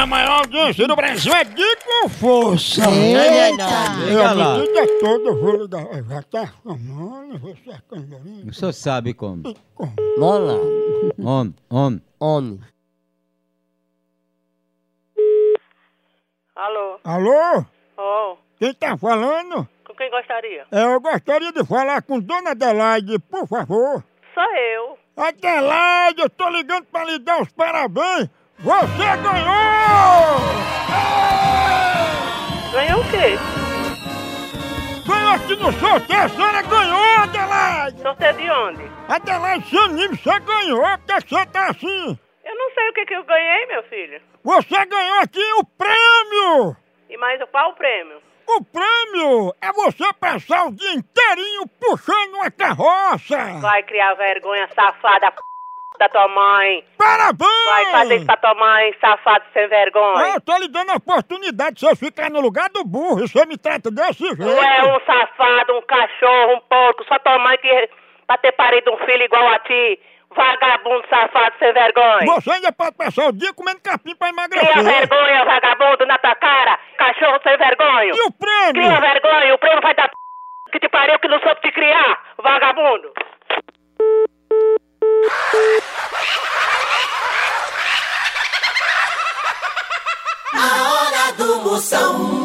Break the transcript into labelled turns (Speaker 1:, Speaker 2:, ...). Speaker 1: a maior audiência do Brasil é de com força.
Speaker 2: Eita!
Speaker 1: Eu, é
Speaker 3: Liga
Speaker 1: a
Speaker 3: lá.
Speaker 1: medida toda, eu vou lhe dar. Já tá chamando, vou cercando ali.
Speaker 3: O senhor sabe como.
Speaker 1: Como?
Speaker 2: Bora lá.
Speaker 3: Homem, homem.
Speaker 2: Homem.
Speaker 4: Alô?
Speaker 1: Alô?
Speaker 4: Oh,
Speaker 1: Quem tá falando?
Speaker 4: com quem gostaria?
Speaker 1: É, eu gostaria de falar com Dona Adelaide, por favor.
Speaker 4: Sou eu.
Speaker 1: Adelaide, eu tô ligando pra lhe dar os parabéns. Você ganhou!
Speaker 4: Ganhou o quê?
Speaker 1: Ganhou aqui no sorteio, a senhora ganhou, Adelaide!
Speaker 4: Sorteio de onde?
Speaker 1: Adelaide, seu anime, você ganhou, porque você tá assim.
Speaker 4: Eu não sei o que, que eu ganhei, meu filho.
Speaker 1: Você ganhou aqui o prêmio!
Speaker 4: E mais qual o prêmio?
Speaker 1: O prêmio é você passar o dia inteirinho puxando uma carroça!
Speaker 4: Vai criar vergonha safada p... da tua mãe.
Speaker 1: Parabéns!
Speaker 4: Vai fazer isso pra tua mãe, safado sem
Speaker 1: Ah,
Speaker 4: vergonha.
Speaker 1: eu tô lhe dando a oportunidade de você ficar no lugar do burro e você me trata desse jeito.
Speaker 4: Tu é um safado, um cachorro, um porco. Só tua mãe que pra ter parido um filho igual a ti. Vagabundo, safado sem vergonha.
Speaker 1: Você é ainda pode passar o dia comendo capim pra
Speaker 4: Cria
Speaker 1: emagrecer.
Speaker 4: vergonha, vagabundo, na tua cara. Cachorro sem vergonha.
Speaker 1: E o
Speaker 4: Cria
Speaker 1: prêmio?
Speaker 4: vergonha, o prêmio vai dar p... que te pariu que não soube te criar, vagabundo!
Speaker 5: A hora do Moção.